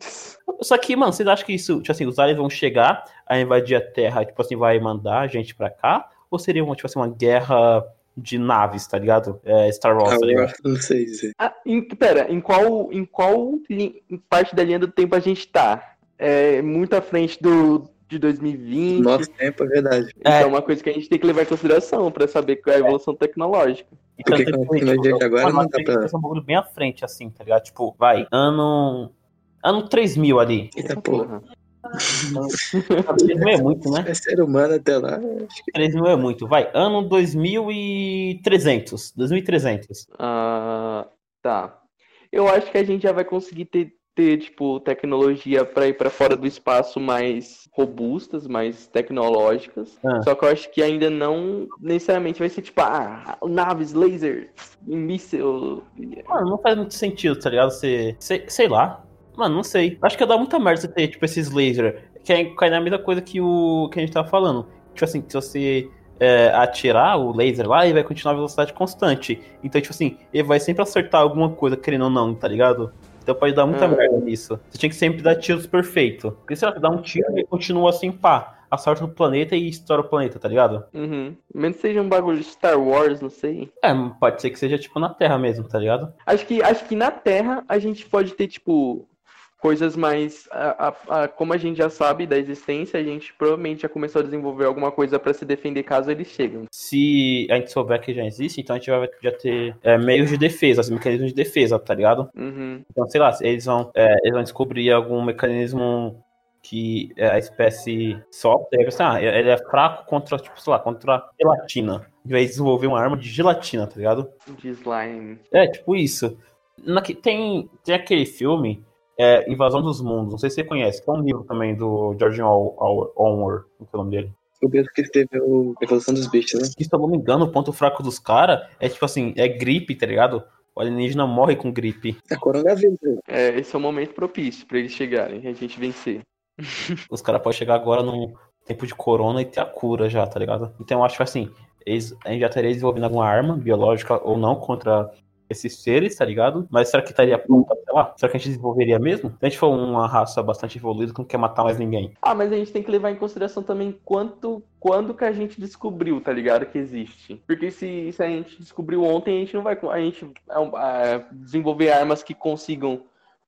Speaker 1: Só que, mano, vocês acham que isso, tipo assim, os aliens vão chegar a invadir a Terra, tipo assim, vai mandar a gente pra cá? Ou seria uma, tipo assim, uma guerra de naves, tá ligado? É, Star Wars, tá ligado?
Speaker 3: Agora, não sei dizer.
Speaker 2: Ah, em, pera, em qual, em qual li- em parte da linha do tempo a gente tá? É muito à frente do, de 2020.
Speaker 3: Nosso tempo é verdade.
Speaker 2: Isso é.
Speaker 1: É.
Speaker 2: uma coisa que a gente tem que levar em consideração pra saber qual é a evolução tecnológica.
Speaker 1: Então,
Speaker 3: Porque
Speaker 1: tipo,
Speaker 3: com a tecnologia que agora
Speaker 1: mano,
Speaker 3: não dá
Speaker 1: tem que
Speaker 3: pra-
Speaker 1: pensar um bagulho bem à frente, assim, tá ligado? Tipo, vai, ano. Ano 3000 ali.
Speaker 2: É,
Speaker 3: Eita porra.
Speaker 2: Uhum.
Speaker 1: Ano- 3000 é muito, né?
Speaker 3: É ser humano até lá.
Speaker 1: 3000 é muito. Vai, ano 2300. 2300.
Speaker 2: Ah, tá. Eu acho que a gente já vai conseguir ter, ter, tipo, tecnologia pra ir pra fora do espaço mais robustas, mais tecnológicas.
Speaker 1: Ah.
Speaker 2: Só que eu acho que ainda não necessariamente vai ser tipo, ah, naves, laser, míssil.
Speaker 1: Mano, não faz muito sentido, tá ligado? Você. Sei, sei lá. Mano, não sei. Acho que ia dar muita merda você ter, tipo, esses laser. Que é- cai na mesma coisa que o que a gente tava falando. Tipo assim, se você é, atirar o laser lá, ele vai continuar a velocidade constante. Então, tipo assim, ele vai sempre acertar alguma coisa, querendo ou não, tá ligado? Então pode dar muita
Speaker 2: Ah.
Speaker 1: merda nisso. Você tinha que sempre dar tiros perfeito. Porque se você dá um tiro e continua assim, pá, acerta o planeta e estoura o planeta, tá ligado?
Speaker 2: Uhum. Menos que seja um bagulho de Star Wars, não sei.
Speaker 1: É, pode ser que seja tipo na Terra mesmo, tá ligado?
Speaker 2: Acho que, acho que na Terra a gente pode ter, tipo, coisas mais. a- a- a- como a gente já sabe da existência, a gente provavelmente já começou a desenvolver alguma coisa pra se defender caso eles cheguem.
Speaker 1: se a gente souber que já existe, então a gente vai já ter é, meios de defesa, assim, mecanismos de defesa, tá ligado?
Speaker 2: Uhum.
Speaker 1: Então, sei lá, se eles vão, é, eles vão descobrir algum mecanismo que é, a espécie solta, e aí, assim, ah, ele é fraco contra, tipo, sei lá, contra gelatina. E vai desenvolver uma arma de gelatina, tá ligado?
Speaker 2: De slime.
Speaker 1: É, tipo isso. Naque- tem, tem aquele filme, é, Invasão dos Mundos, não sei se você conhece, que é um livro também do George Orwell, Orwell, Orwell, não sei o nome dele.
Speaker 3: O Deus que teve o Evolução dos Bichos, né?
Speaker 1: que, se eu não me engano, o ponto fraco dos caras é tipo assim, é gripe, tá ligado? O alienígena morre com gripe.
Speaker 3: É coronavírus. né?
Speaker 2: É, esse é o momento propício pra eles chegarem, a gente vencer.
Speaker 1: Os caras podem chegar agora num tempo de corona e ter a cura já, tá ligado? Então eu acho que assim, eles, a gente já estaria desenvolvendo alguma arma, biológica ou não, contra esses seres, tá ligado? Mas será que estaria pronta, sei lá? Será que a gente desenvolveria mesmo? Se a gente for uma raça bastante evoluída que não quer matar mais ninguém.
Speaker 2: Ah, mas a gente tem que levar em consideração também quanto, quando que a gente descobriu, tá ligado, que existe. Porque se, se a gente descobriu ontem, a gente não vai a gente é um- é, desenvolver armas que consigam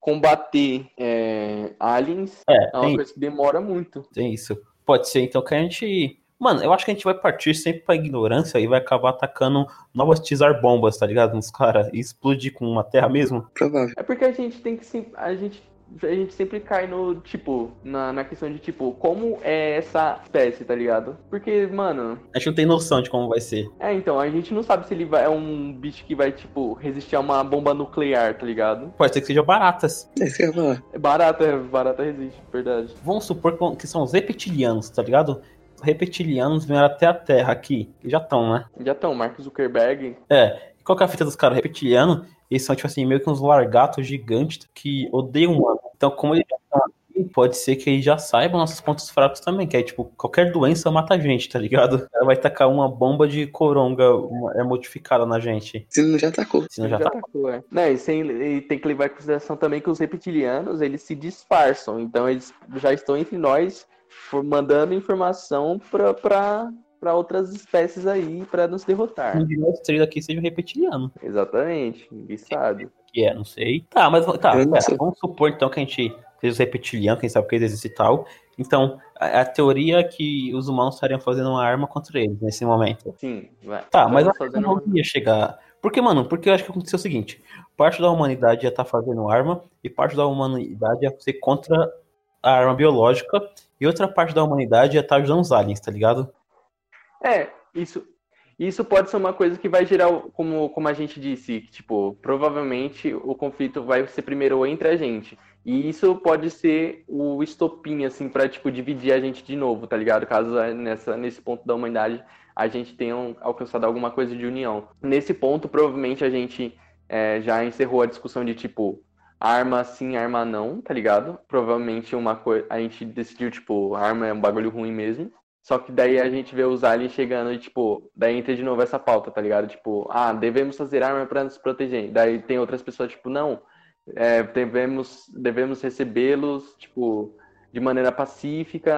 Speaker 2: combater é, aliens.
Speaker 1: É,
Speaker 2: É
Speaker 1: tem
Speaker 2: uma coisa que demora muito.
Speaker 1: Tem É isso. Pode ser então que a gente. Mano, eu acho que a gente vai partir sempre pra ignorância e vai acabar atacando novas teaser bombas, tá ligado? Nos caras e explodir com uma terra mesmo.
Speaker 3: Provável.
Speaker 2: É porque a gente tem que sim- a gente a gente sempre cai no tipo na, na questão de tipo como é essa espécie, tá ligado? Porque mano,
Speaker 1: A gente não tem noção de como vai ser.
Speaker 2: É, então, a gente não sabe se ele vai, é um bicho que vai, tipo, resistir a uma bomba nuclear, tá ligado?
Speaker 1: Pode ser que sejam baratas.
Speaker 3: É isso que eu ia falar.
Speaker 2: É barata, barata resiste, verdade.
Speaker 1: Vamos supor que são os reptilianos, tá ligado? Os reptilianos vieram até a Terra aqui. Já estão, né?
Speaker 2: Já estão, Mark Zuckerberg.
Speaker 1: E qual que é a fita dos caras reptilianos? Eles são, tipo assim, meio que uns largatos gigantes que odeiam o humano. Então, como eles já estão aqui, pode ser que eles já saibam nossos pontos fracos também. Que é, tipo, qualquer doença mata a gente, tá ligado? O cara vai tacar uma bomba de coronga uma- é modificada na gente.
Speaker 3: Se não já atacou.
Speaker 1: Senão já tá.
Speaker 2: atacou, é. Né, e, sem, e tem que levar em consideração também que os reptilianos, eles se disfarçam. Então, eles já estão entre nós, for- mandando informação pra, pra, pra outras espécies aí, pra nos derrotar.
Speaker 1: Um de nós três aqui seja um reptiliano.
Speaker 2: Exatamente, ninguém sabe.
Speaker 1: Que é, não sei. Tá, mas tá,
Speaker 3: Eu não
Speaker 1: pera,
Speaker 3: sei.
Speaker 1: vamos supor então que a gente fez os reptilianos, quem sabe que eles existem e tal. Então, a, a teoria é que os humanos estariam fazendo uma arma contra eles nesse momento.
Speaker 2: Sim, vai.
Speaker 1: Tá, mas eu
Speaker 2: Vamos
Speaker 1: acho que
Speaker 2: fazer
Speaker 1: não
Speaker 2: uma-
Speaker 1: ia chegar. Porque, mano, porque eu acho que aconteceu o seguinte: parte da humanidade
Speaker 4: tá
Speaker 1: ia estar fazendo arma, e parte da humanidade ia ser contra a arma biológica, e outra parte da humanidade ia estar ajudando os aliens, tá ligado?
Speaker 2: É, isso, isso pode ser uma coisa que vai gerar, o- como, como a gente disse, que, tipo, provavelmente o conflito vai ser primeiro entre a gente. E isso pode ser o estopim, assim, pra, tipo, dividir a gente de novo, tá ligado? Caso a- nessa, nesse ponto da humanidade a gente tenha alcançado alguma coisa de união. Nesse ponto, provavelmente a gente é, já encerrou a discussão de tipo arma sim, arma não, tá ligado? Provavelmente uma coisa a gente decidiu tipo arma é um bagulho ruim mesmo. Só que daí a gente vê os aliens chegando e, tipo, daí entra de novo essa pauta, tá ligado? Tipo, ah, devemos fazer arma para nos proteger. Daí tem outras pessoas, tipo, não, é, devemos, devemos recebê-los, tipo, de maneira pacífica,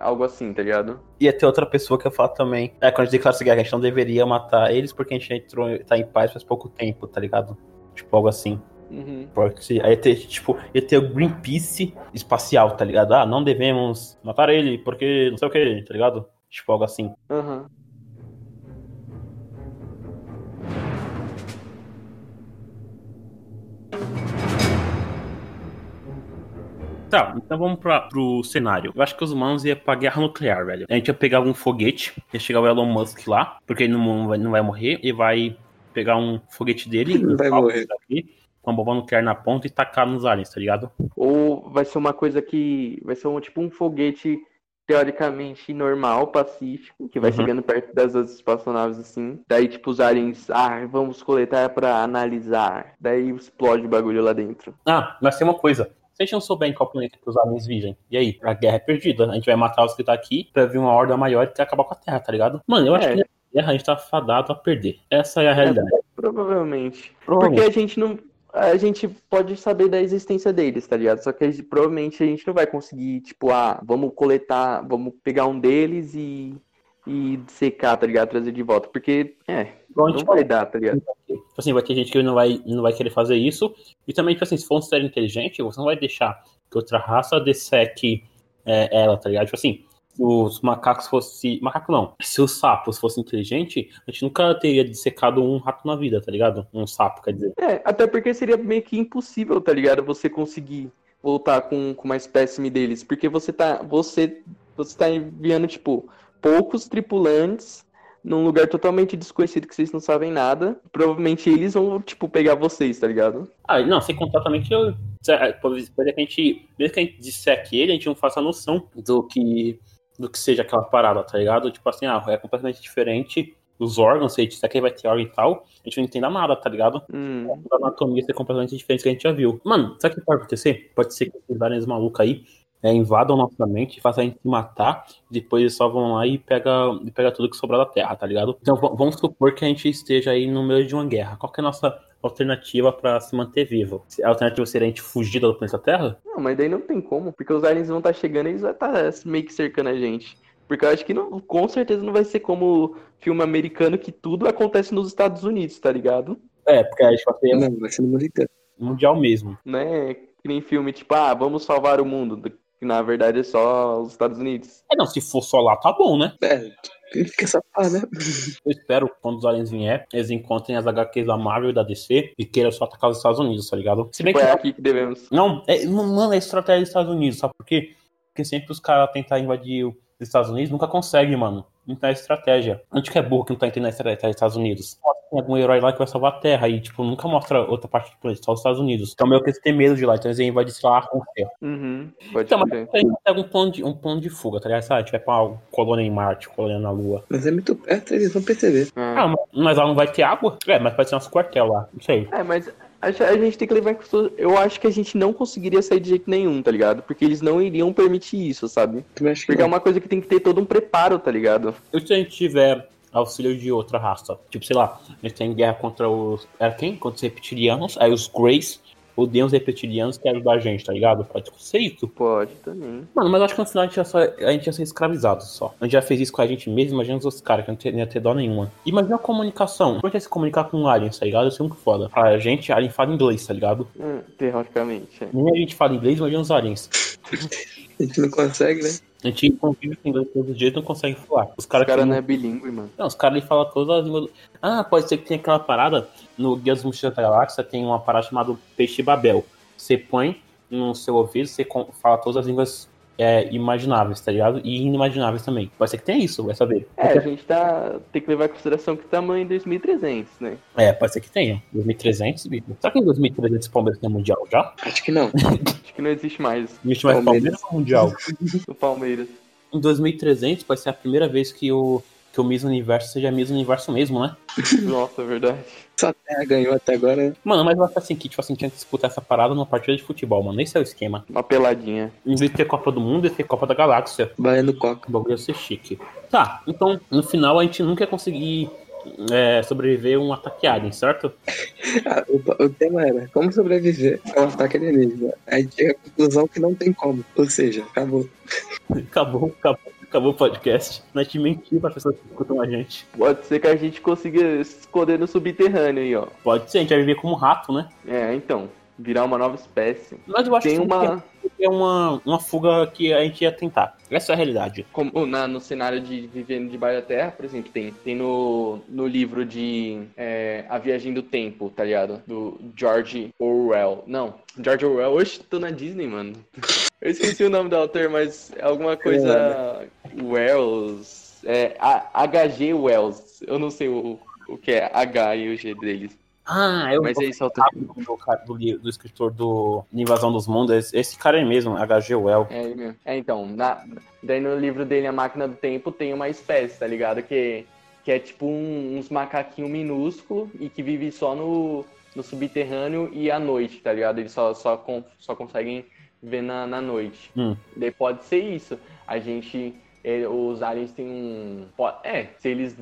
Speaker 2: algo assim, tá ligado?
Speaker 4: Ia ter outra pessoa que eu falo também. É, quando a gente declara guerra, a gente não deveria matar eles porque a gente entrou, tá em paz faz pouco tempo, tá ligado? Tipo, algo assim.
Speaker 2: Uhum.
Speaker 4: Porque aí ia ter, tipo, ia ter o Greenpeace espacial, tá ligado? Ah, não devemos matar ele, porque não sei o que, tá ligado? Tipo, algo assim.
Speaker 2: Aham.
Speaker 1: Tá, então vamos pra, pro cenário. Eu acho que os humanos iam pra guerra nuclear, velho. A gente ia pegar um foguete, ia chegar o Elon Musk lá, porque ele não vai, não vai morrer, e vai pegar um foguete dele,
Speaker 3: Não vai
Speaker 1: um palco
Speaker 3: morrer.
Speaker 1: daqui, com uma bomba nuclear na ponta e tacar nos aliens, tá ligado?
Speaker 2: Ou vai ser uma coisa que. Vai ser um tipo um foguete teoricamente normal, pacífico, que vai
Speaker 1: Uhum.
Speaker 2: chegando perto das outras espaçonaves assim. Daí, tipo, os aliens, ah, vamos coletar pra analisar. Daí explode o bagulho lá dentro.
Speaker 1: Ah, mas tem uma coisa. Se a gente não souber em qual planeta que os aliens vivem, e aí? A guerra é perdida. A gente vai matar os que tá aqui pra vir uma horda maior e acabar com a Terra, tá ligado? Mano, eu acho
Speaker 2: É.
Speaker 1: que a guerra a gente tá fadado a perder. Essa é a realidade.
Speaker 2: Provavelmente. Porque
Speaker 1: Provavelmente.
Speaker 2: a gente não. A gente pode saber da existência deles, tá ligado? Só que a gente- provavelmente a gente não vai conseguir, tipo, ah, vamos coletar, vamos pegar um deles e. E secar, tá ligado? Trazer de volta. Porque, é,
Speaker 1: Igual Então, a
Speaker 2: não
Speaker 1: gente
Speaker 2: vai dar, tá ligado?
Speaker 1: Tipo assim, vai ter gente que não vai, não vai querer fazer isso. E também, tipo assim, se for um ser inteligente, você não vai deixar que outra raça desseque é, ela, tá ligado? Tipo assim, se os macacos fossem. Macaco não. Se os sapos fossem inteligentes, a gente nunca teria dissecado um rato na vida, tá ligado? Um sapo, quer dizer.
Speaker 2: É, até porque seria meio que impossível, tá ligado? Você conseguir voltar com, com uma espécime deles. Porque você tá. Você, você tá enviando, tipo, poucos tripulantes num lugar totalmente desconhecido que vocês não sabem nada. Provavelmente eles vão, tipo, pegar vocês, tá ligado?
Speaker 1: Ah, não, sem contar também que eu. é, sé- Pode pode que a gente. Mesmo que a gente disseque ele, a gente não faça noção do que. do que seja aquela parada, tá ligado? Tipo assim, ah, é completamente diferente dos órgãos, se a gente disseca, ele vai ter órgão e tal, a gente não entenda nada, tá ligado?
Speaker 2: Hum.
Speaker 1: da anatomia ser é completamente diferente que a gente já viu. Mano, sabe o que pode acontecer? Pode ser que esses aliens malucos aí é, invadam nossa mente, façam a gente se matar, e depois eles só vão lá e pega, e pega tudo que sobrar da Terra, tá ligado? Então v- vamos supor que a gente esteja aí no meio de uma guerra. Qual que é a nossa alternativa pra se manter vivo? Se A alternativa seria a gente fugir do planeta Terra?
Speaker 2: Não, mas daí não tem como, porque os aliens vão estar chegando e eles vão estar meio que cercando a gente. Porque eu acho que não, com certeza não vai ser como filme americano que tudo acontece nos Estados Unidos, tá ligado?
Speaker 1: É, porque a gente vai ser
Speaker 3: Não, vai ser no mundo inteiro.
Speaker 1: mundial mesmo.
Speaker 2: Não é que nem filme tipo, ah, vamos salvar o mundo, que na verdade é só os Estados Unidos.
Speaker 1: É não, se for só lá, tá bom, né?
Speaker 3: É, fica essa pá, né?
Speaker 1: Eu espero que quando os aliens vier, eles encontrem as HQs da Marvel e da DC e queiram só atacar os Estados Unidos, tá ligado? Se bem
Speaker 2: Foi aqui que devemos.
Speaker 1: Não, é, m- mano, é estratégia dos Estados Unidos, sabe por quê? Porque sempre os caras tentam invadir os Estados Unidos, nunca conseguem, mano. Então é estratégia. Onde que é burro que não tá entendendo a estratégia dos Estados Unidos? Mostra que Tem algum herói lá que vai salvar a Terra e, tipo, nunca mostra outra parte do planeta, só os Estados Unidos. Então meio que eles têm medo de lá, então eles invadem, sei lá, com ferro.
Speaker 2: Uhum, pode
Speaker 1: Então, mas
Speaker 2: crer.
Speaker 1: a gente pega um plano de, um plano de fuga, tá ligado? Sabe, tiver pra uma colônia em Marte, colônia na Lua.
Speaker 3: Mas é muito perto, eles vão perceber.
Speaker 2: Ah.
Speaker 1: Ah, mas- mas lá não vai ter água? É, mas pode ser nosso quartel lá, não sei.
Speaker 2: É, mas a, a gente tem que levar em consideração. Eu acho que a gente não conseguiria sair de jeito nenhum, tá ligado? Porque eles não iriam permitir isso, sabe?
Speaker 3: Também acho que
Speaker 2: Porque é
Speaker 3: não.
Speaker 2: uma coisa que tem que ter todo um preparo, tá ligado?
Speaker 1: E se a gente tiver auxílio de outra raça? Tipo, sei lá, a gente tem guerra contra os. Era quem? Contra os reptilianos. Aí os Greys odeiam os reptilianos que ajudar a gente, tá ligado? Pode ser isso.
Speaker 2: Pode também.
Speaker 1: Mano, mas acho que no final a gente, ia só, a gente ia ser escravizado só. A gente já fez isso com a gente mesmo, imagina os outros caras, que não, te- não ia ter dó nenhuma. Imagina a comunicação. Como é que ia se comunicar com um alien, tá ligado? Isso é muito foda. A gente, alien fala inglês, tá ligado?
Speaker 2: Hum, teoricamente, é.
Speaker 1: Nem a gente fala inglês, imagina os aliens.
Speaker 3: A gente não consegue, né?
Speaker 1: A gente convive com inglês todos os dias e não consegue falar. Os
Speaker 2: Os
Speaker 1: caras
Speaker 2: cara
Speaker 1: que
Speaker 2: não é bilíngue, mano.
Speaker 1: Não, os caras ali falam todas as línguas. do- Ah, pode ser que tenha aquela parada. No Guia dos Mochileiros da Galáxia tem uma parada chamada Peixe Babel. Você põe no seu ouvido, você com- fala todas as línguas é, imagináveis, tá ligado? E inimagináveis também. Pode ser que tenha isso, vai saber.
Speaker 2: É, a gente tá. Tem que levar em consideração que tamanho em 2300, né?
Speaker 1: É, pode ser que tenha. 2300, bicho. Será que em 2300 o Palmeiras tem Mundial já?
Speaker 3: Acho que não.
Speaker 2: Acho que não existe mais
Speaker 1: Não existe mais
Speaker 3: Palmeiras.
Speaker 1: Palmeiras ou Mundial?
Speaker 2: o Palmeiras.
Speaker 1: Em 2300 vai ser a primeira vez que o que o Miss Universo seja Miss Universo mesmo, né?
Speaker 2: Nossa, é verdade.
Speaker 3: Só até ganhou até agora.
Speaker 1: Mano, mas eu acho assim que, tipo assim, tinha que disputar essa parada numa partida de futebol, mano. Esse é o esquema.
Speaker 2: Uma peladinha.
Speaker 1: Em vez de ter Copa do Mundo, ia ter Copa da Galáxia.
Speaker 3: Baiano Coca.
Speaker 1: O bagulho ia ser chique. Tá, então, no final a gente nunca ia conseguir é, sobreviver a um ataque alien, certo? *laughs*
Speaker 3: Ah, o, o tema era como sobreviver ao ataque alienígena. Aí chega a conclusão que não tem como. Ou seja, acabou.
Speaker 1: Acabou, acabou, acabou o podcast. A gente mentiu para as pessoas que escutam a gente.
Speaker 2: Pode ser que a gente consiga se esconder no subterrâneo aí, ó.
Speaker 1: Pode ser, a gente vai viver como um rato, né?
Speaker 2: É, então. Virar uma nova espécie.
Speaker 1: Mas eu acho
Speaker 2: Tem
Speaker 1: que
Speaker 2: uma.
Speaker 1: é uma, uma fuga que a gente ia tentar. Essa é a realidade.
Speaker 2: Como na, no cenário de Vivendo Debaixo da Terra, por exemplo, tem, tem no, no livro de é, A Viagem do Tempo, tá ligado? Do George Orwell. Não, George Orwell. Hoje tô na Disney, mano. *laughs* Eu esqueci o nome do autor, mas é alguma coisa. Wells. É, A- HG Wells. Eu não sei o, o que é H e o G deles.
Speaker 1: Ah, eu
Speaker 2: Mas é isso, autor.
Speaker 1: sabe o nome do, cara- do, li- do escritor do Invasão dos Mundos. Esse cara é mesmo, H.G. Well.
Speaker 2: É, ele mesmo. É, então, na- daí no livro dele, A Máquina do Tempo, tem uma espécie, tá ligado? Que, que é tipo um- uns macaquinhos minúsculos e que vive só no, no subterrâneo e à noite, tá ligado? Eles só, só, con- só conseguem ver na, na noite.
Speaker 1: Hum.
Speaker 2: Daí pode ser isso. A gente. é, os aliens têm um. po- É, se eles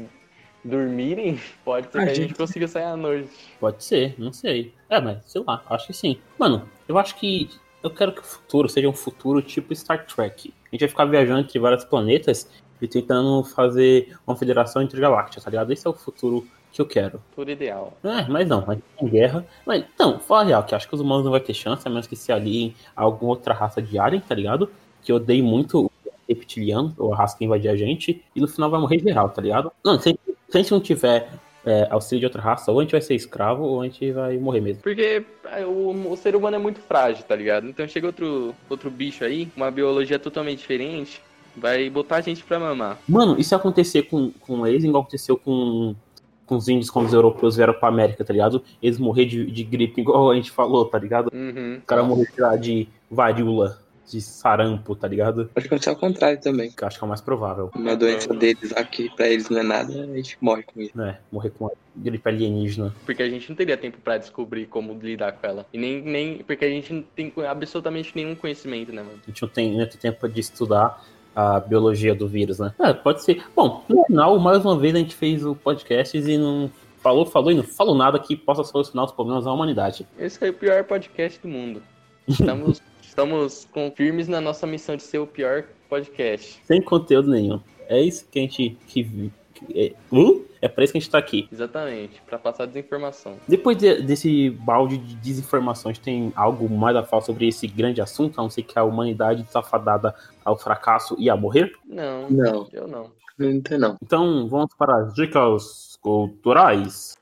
Speaker 2: dormirem, *laughs* pode ser
Speaker 3: A
Speaker 2: que a gente
Speaker 3: gente-
Speaker 2: consiga sair à noite.
Speaker 1: Pode ser, não sei. É, mas sei lá, acho que sim. Mano, eu acho que. Eu quero que o futuro seja um futuro tipo Star Trek. A gente vai ficar viajando entre vários planetas e tentando fazer uma federação entre galáxias, tá ligado? Esse é o futuro que eu quero.
Speaker 2: Por ideal.
Speaker 1: É, mas não, mas tem guerra. Mas, então, fala a real, que acho que os humanos não vai ter chance, a menos que se aliem a alguma outra raça de alien, tá ligado? Que odeio muito o reptiliano, ou a raça que invadir a gente, e no final vai morrer geral, tá ligado? Não, se, se a gente não tiver é, auxílio de outra raça, ou a gente vai ser escravo, ou a gente vai morrer mesmo.
Speaker 2: Porque ah, o, o ser humano é muito frágil, tá ligado? Então chega outro, outro bicho aí, uma biologia totalmente diferente, vai botar a gente pra mamar.
Speaker 1: Mano, e se acontecer com, com eles, igual aconteceu com, com os índios quando os europeus vieram pra América, tá ligado? Eles morrer de, de gripe, igual a gente falou, tá ligado?
Speaker 2: Uhum.
Speaker 1: O cara morrer sei lá, de varíola, de sarampo, tá ligado?
Speaker 3: Pode acontecer ao contrário também.
Speaker 1: Que eu acho que é o mais provável.
Speaker 3: Uma doença deles aqui pra eles não é nada, a gente morre com isso.
Speaker 1: né, morrer com uma gripe alienígena.
Speaker 2: Porque a gente não teria tempo pra descobrir como lidar com ela. E nem, nem. Porque a gente não tem absolutamente nenhum conhecimento, né, mano?
Speaker 1: A gente não tem, não tem tempo de estudar a biologia do vírus, né? É, pode ser. Bom, no final, mais uma vez a gente fez o podcast e não falou, falou e não falou nada que possa solucionar os problemas da humanidade.
Speaker 2: Esse foi o pior podcast do mundo. Estamos, estamos com- firmes na nossa missão de ser o pior podcast.
Speaker 1: Sem conteúdo nenhum. É isso que a gente. Que, que- é, hum? é pra isso que a gente tá aqui.
Speaker 2: Exatamente, pra passar desinformação.
Speaker 1: Depois de- desse balde de desinformações, tem algo mais a falar sobre esse grande assunto, a não ser que a humanidade está fadada ao fracasso e a morrer?
Speaker 2: Não,
Speaker 3: Não,
Speaker 2: eu não.
Speaker 3: não tem não.
Speaker 1: Então vamos para as dicas culturais.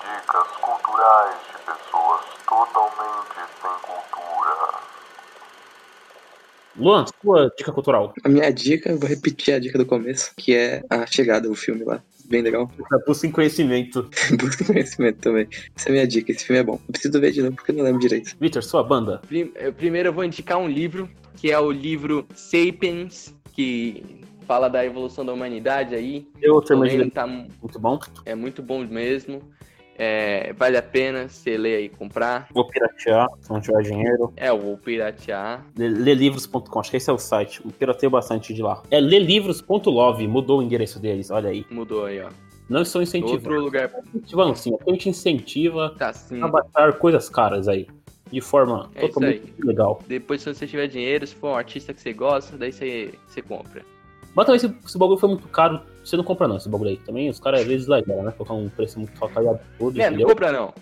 Speaker 5: Dicas culturais de pessoas totalmente sem cultura.
Speaker 1: Luan, sua dica cultural.
Speaker 3: A minha dica, eu vou repetir a dica do começo, que é a chegada do filme lá. Bem legal. *laughs*
Speaker 1: Por sem conhecimento.
Speaker 3: Busca conhecimento também. Essa é a minha dica, esse filme é bom. Eu preciso ver de novo porque eu não lembro direito.
Speaker 1: Victor, sua banda.
Speaker 2: Prim- eh, Primeiro eu vou indicar um livro, que é o livro Sapiens, que fala da evolução da humanidade aí.
Speaker 1: Eu
Speaker 2: Tô
Speaker 1: terminei de
Speaker 2: lendo,
Speaker 1: ler.
Speaker 2: tá,
Speaker 1: Muito bom.
Speaker 2: é muito bom mesmo. É, vale a pena você ler e comprar.
Speaker 1: Vou piratear, se não tiver dinheiro.
Speaker 2: É, eu vou piratear.
Speaker 1: Lê- Lelivros.com, acho que esse é o site. Eu pirateio bastante de lá. É lelivros.love, mudou o endereço deles, olha aí.
Speaker 2: Mudou aí, ó.
Speaker 1: Não estou
Speaker 2: Outro
Speaker 1: incentivando.
Speaker 2: lugar
Speaker 1: Incentivando sim, a gente incentiva
Speaker 2: tá assim.
Speaker 1: a baixar coisas caras aí. De forma
Speaker 2: É isso
Speaker 1: totalmente legal.
Speaker 2: Depois, se você tiver dinheiro, se for um artista que você gosta, daí você, você compra.
Speaker 1: Mas também se, se o bagulho foi muito caro, você não compra não esse bagulho aí. Também os caras às vezes exageram, né? Colocar um preço muito alto aí absurdo,
Speaker 2: Né, não
Speaker 1: entendeu?
Speaker 2: compra não.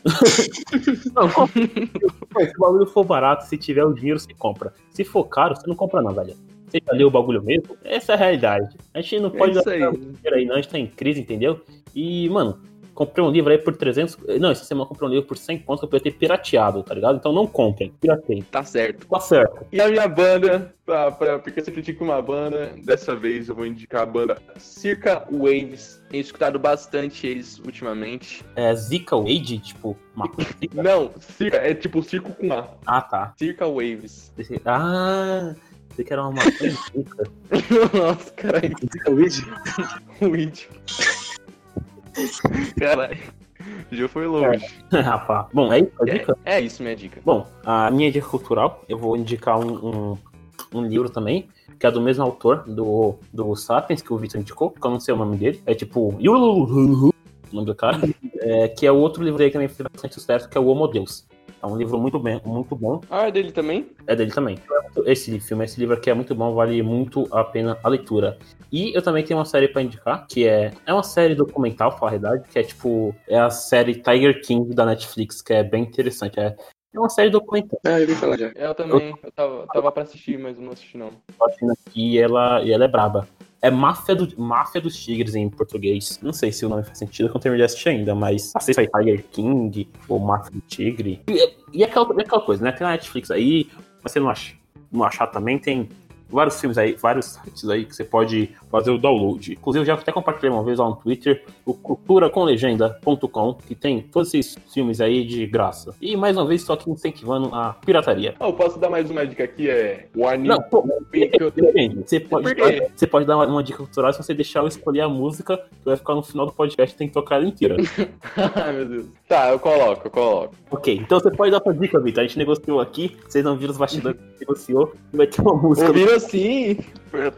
Speaker 1: Não, compra. Pô, se o bagulho for barato, se tiver o dinheiro, você compra. Se for caro, você não compra não, velho. Você já leu o bagulho mesmo? Essa é a realidade. A gente não
Speaker 2: É
Speaker 1: pode
Speaker 2: isso aí.
Speaker 1: gastar dinheiro aí, não. A gente tá em crise, entendeu? E, mano, comprei um livro aí por 300... Não, essa semana eu comprei um livro por 100 pontos que eu podia ter pirateado, tá ligado? Então não comprem, pirateiem.
Speaker 2: Tá certo.
Speaker 1: Tá certo.
Speaker 2: E a minha banda,
Speaker 6: Tá, pra, porque você critica uma banda, dessa vez eu vou indicar a banda
Speaker 2: Circa Waves. Tenho escutado bastante eles ultimamente.
Speaker 1: É Zika Wade, tipo... maconha Zika?
Speaker 6: Não, circa, é tipo circo com A.
Speaker 1: Ah, tá.
Speaker 2: Circa Waves.
Speaker 1: Ah... Pensei que era uma maconha *laughs* rica.
Speaker 2: *laughs* Nossa, caralho,
Speaker 3: Luigi?
Speaker 2: um índio.
Speaker 7: Caralho. Já foi longe.
Speaker 1: Rapaz. Bom, é isso a dica?
Speaker 2: É, é isso minha dica.
Speaker 1: Bom, a minha dica cultural, eu vou indicar um, um, um livro também, que é do mesmo autor do, do Sapiens, que o Victor indicou, que eu não sei o nome dele. É tipo. Yululuhu, O nome do cara. É, que é outro livro aí que também fez bastante sucesso, que é o Homo Deus. É um livro muito, bem, muito bom.
Speaker 2: Ah, é dele também?
Speaker 1: É dele também. Esse filme, esse livro aqui é muito bom, vale muito a pena a leitura. E eu também tenho uma série pra indicar, que é. É uma série documental, pra falar a verdade, que é tipo. É a série Tiger King da Netflix, que é bem interessante. É, é uma série documental.
Speaker 3: Ah, eu vi falar já.
Speaker 2: Eu também. Eu tava, tava pra assistir, mas eu não assisti não.
Speaker 1: Latina aqui e ela, e ela é braba. É Máfia, do, Máfia dos Tigres em português. Não sei se o nome faz sentido, que eu não terminei de assistir ainda, mas assista aí Tiger King ou Máfia do Tigre. E, e aquela, e aquela coisa, né? Tem na Netflix aí, mas você não, ach, não achar também, tem vários filmes aí, vários sites aí que você pode fazer o download. Inclusive, eu já até compartilhei uma vez lá no Twitter, o culturacomlegenda.com, que tem todos esses filmes aí de graça. E mais uma vez, só aqui incentivando a pirataria.
Speaker 7: Ah, eu posso dar mais uma dica aqui, é. O anime
Speaker 2: *laughs*
Speaker 1: Não, pô,
Speaker 7: que eu
Speaker 1: Depende. Você pode,
Speaker 7: Por quê?
Speaker 1: você pode dar uma, uma dica cultural se você deixar eu escolher a música que vai ficar no final do podcast tem que tocar ela inteira.
Speaker 7: Ai, meu Deus.
Speaker 2: Tá, eu coloco, eu coloco.
Speaker 1: ok, então você pode dar sua dica, Vitor. A gente negociou aqui, vocês não viram os bastidores que a gente negociou, e vai ter uma música.
Speaker 2: Ouviram sim.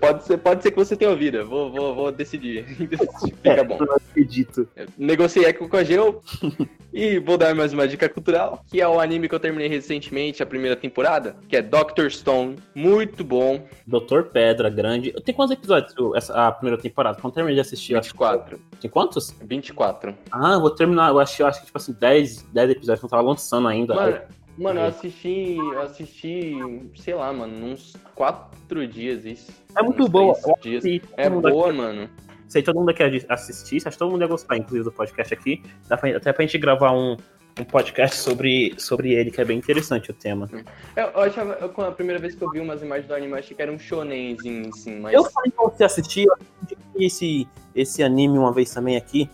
Speaker 2: Pode ser, pode ser que você tenha ouvido. eu Vou, vou, vou decidir. *laughs* Fica bom.
Speaker 1: Eu não acredito.
Speaker 2: negociei aqui com a Geo e vou dar mais uma dica cultural, que é o anime que eu terminei recentemente, a primeira temporada, que é Doctor Stone. Muito bom.
Speaker 1: Doutor Pedra Grande. Tem quantos episódios o- essa, a primeira temporada? Quando eu terminei de assistir, eu acho
Speaker 2: 24.
Speaker 1: que tem quantos?
Speaker 2: 24.
Speaker 1: Ah, eu vou terminar. Eu acho, eu acho que, tipo assim, 10, 10 episódios não tava lançando ainda.
Speaker 2: Mano, mano, eu
Speaker 1: Uhum.
Speaker 2: assisti. Eu assisti, sei lá, mano, uns 4 dias isso.
Speaker 1: é muito
Speaker 2: uns
Speaker 1: boa.
Speaker 2: três
Speaker 1: Eu acho
Speaker 2: dias.
Speaker 1: que
Speaker 2: É
Speaker 1: todo mundo
Speaker 2: boa, mano.
Speaker 1: se todo mundo quer assistir, se acho que todo mundo ia gostar, inclusive, do podcast aqui, dá pra- até pra gente gravar um, um podcast sobre, sobre ele, que é bem interessante o tema.
Speaker 2: Eu, eu achava, eu, quando a primeira vez que eu vi umas imagens do anime, eu achei que era um shonenzinho, assim, mas.
Speaker 1: Eu falei pra você assistir, eu indiquei esse, esse anime uma vez também aqui.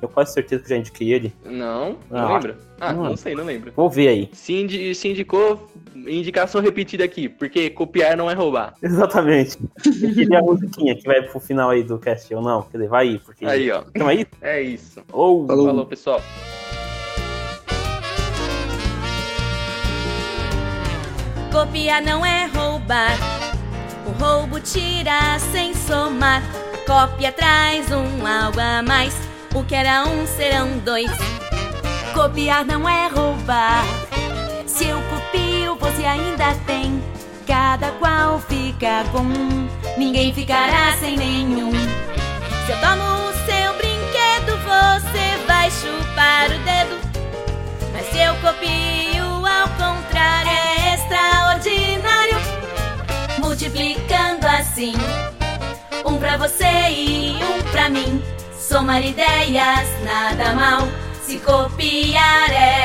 Speaker 1: Eu quase certeza que já indiquei ele.
Speaker 2: Não, não
Speaker 1: Ah,
Speaker 2: lembra? Ah,
Speaker 1: não
Speaker 2: não
Speaker 1: lembro.
Speaker 2: sei, não lembro.
Speaker 1: Vou ver aí.
Speaker 2: Se, indi- se indicou, indicação repetida aqui, porque copiar não é roubar.
Speaker 1: *laughs* Exatamente. Eu queria a musiquinha que vai pro final aí do cast, ou não? Quer dizer, vai aí, porque.
Speaker 2: Aí, ó.
Speaker 1: Então é isso.
Speaker 2: É isso.
Speaker 1: Ou.
Speaker 3: Falou.
Speaker 2: Falou, pessoal.
Speaker 8: Copiar não é roubar. O roubo tira sem somar. A cópia traz um algo a mais. O que era um serão dois. Copiar não é roubar. Se eu copio, você ainda tem. Cada qual fica com um. Ninguém ficará sem nenhum. Se eu tomo o seu brinquedo, você vai chupar o dedo. Mas se eu copio ao contrário é extraordinário Multiplicando assim Um pra você e um pra mim Somar ideias, nada mal Se copiar é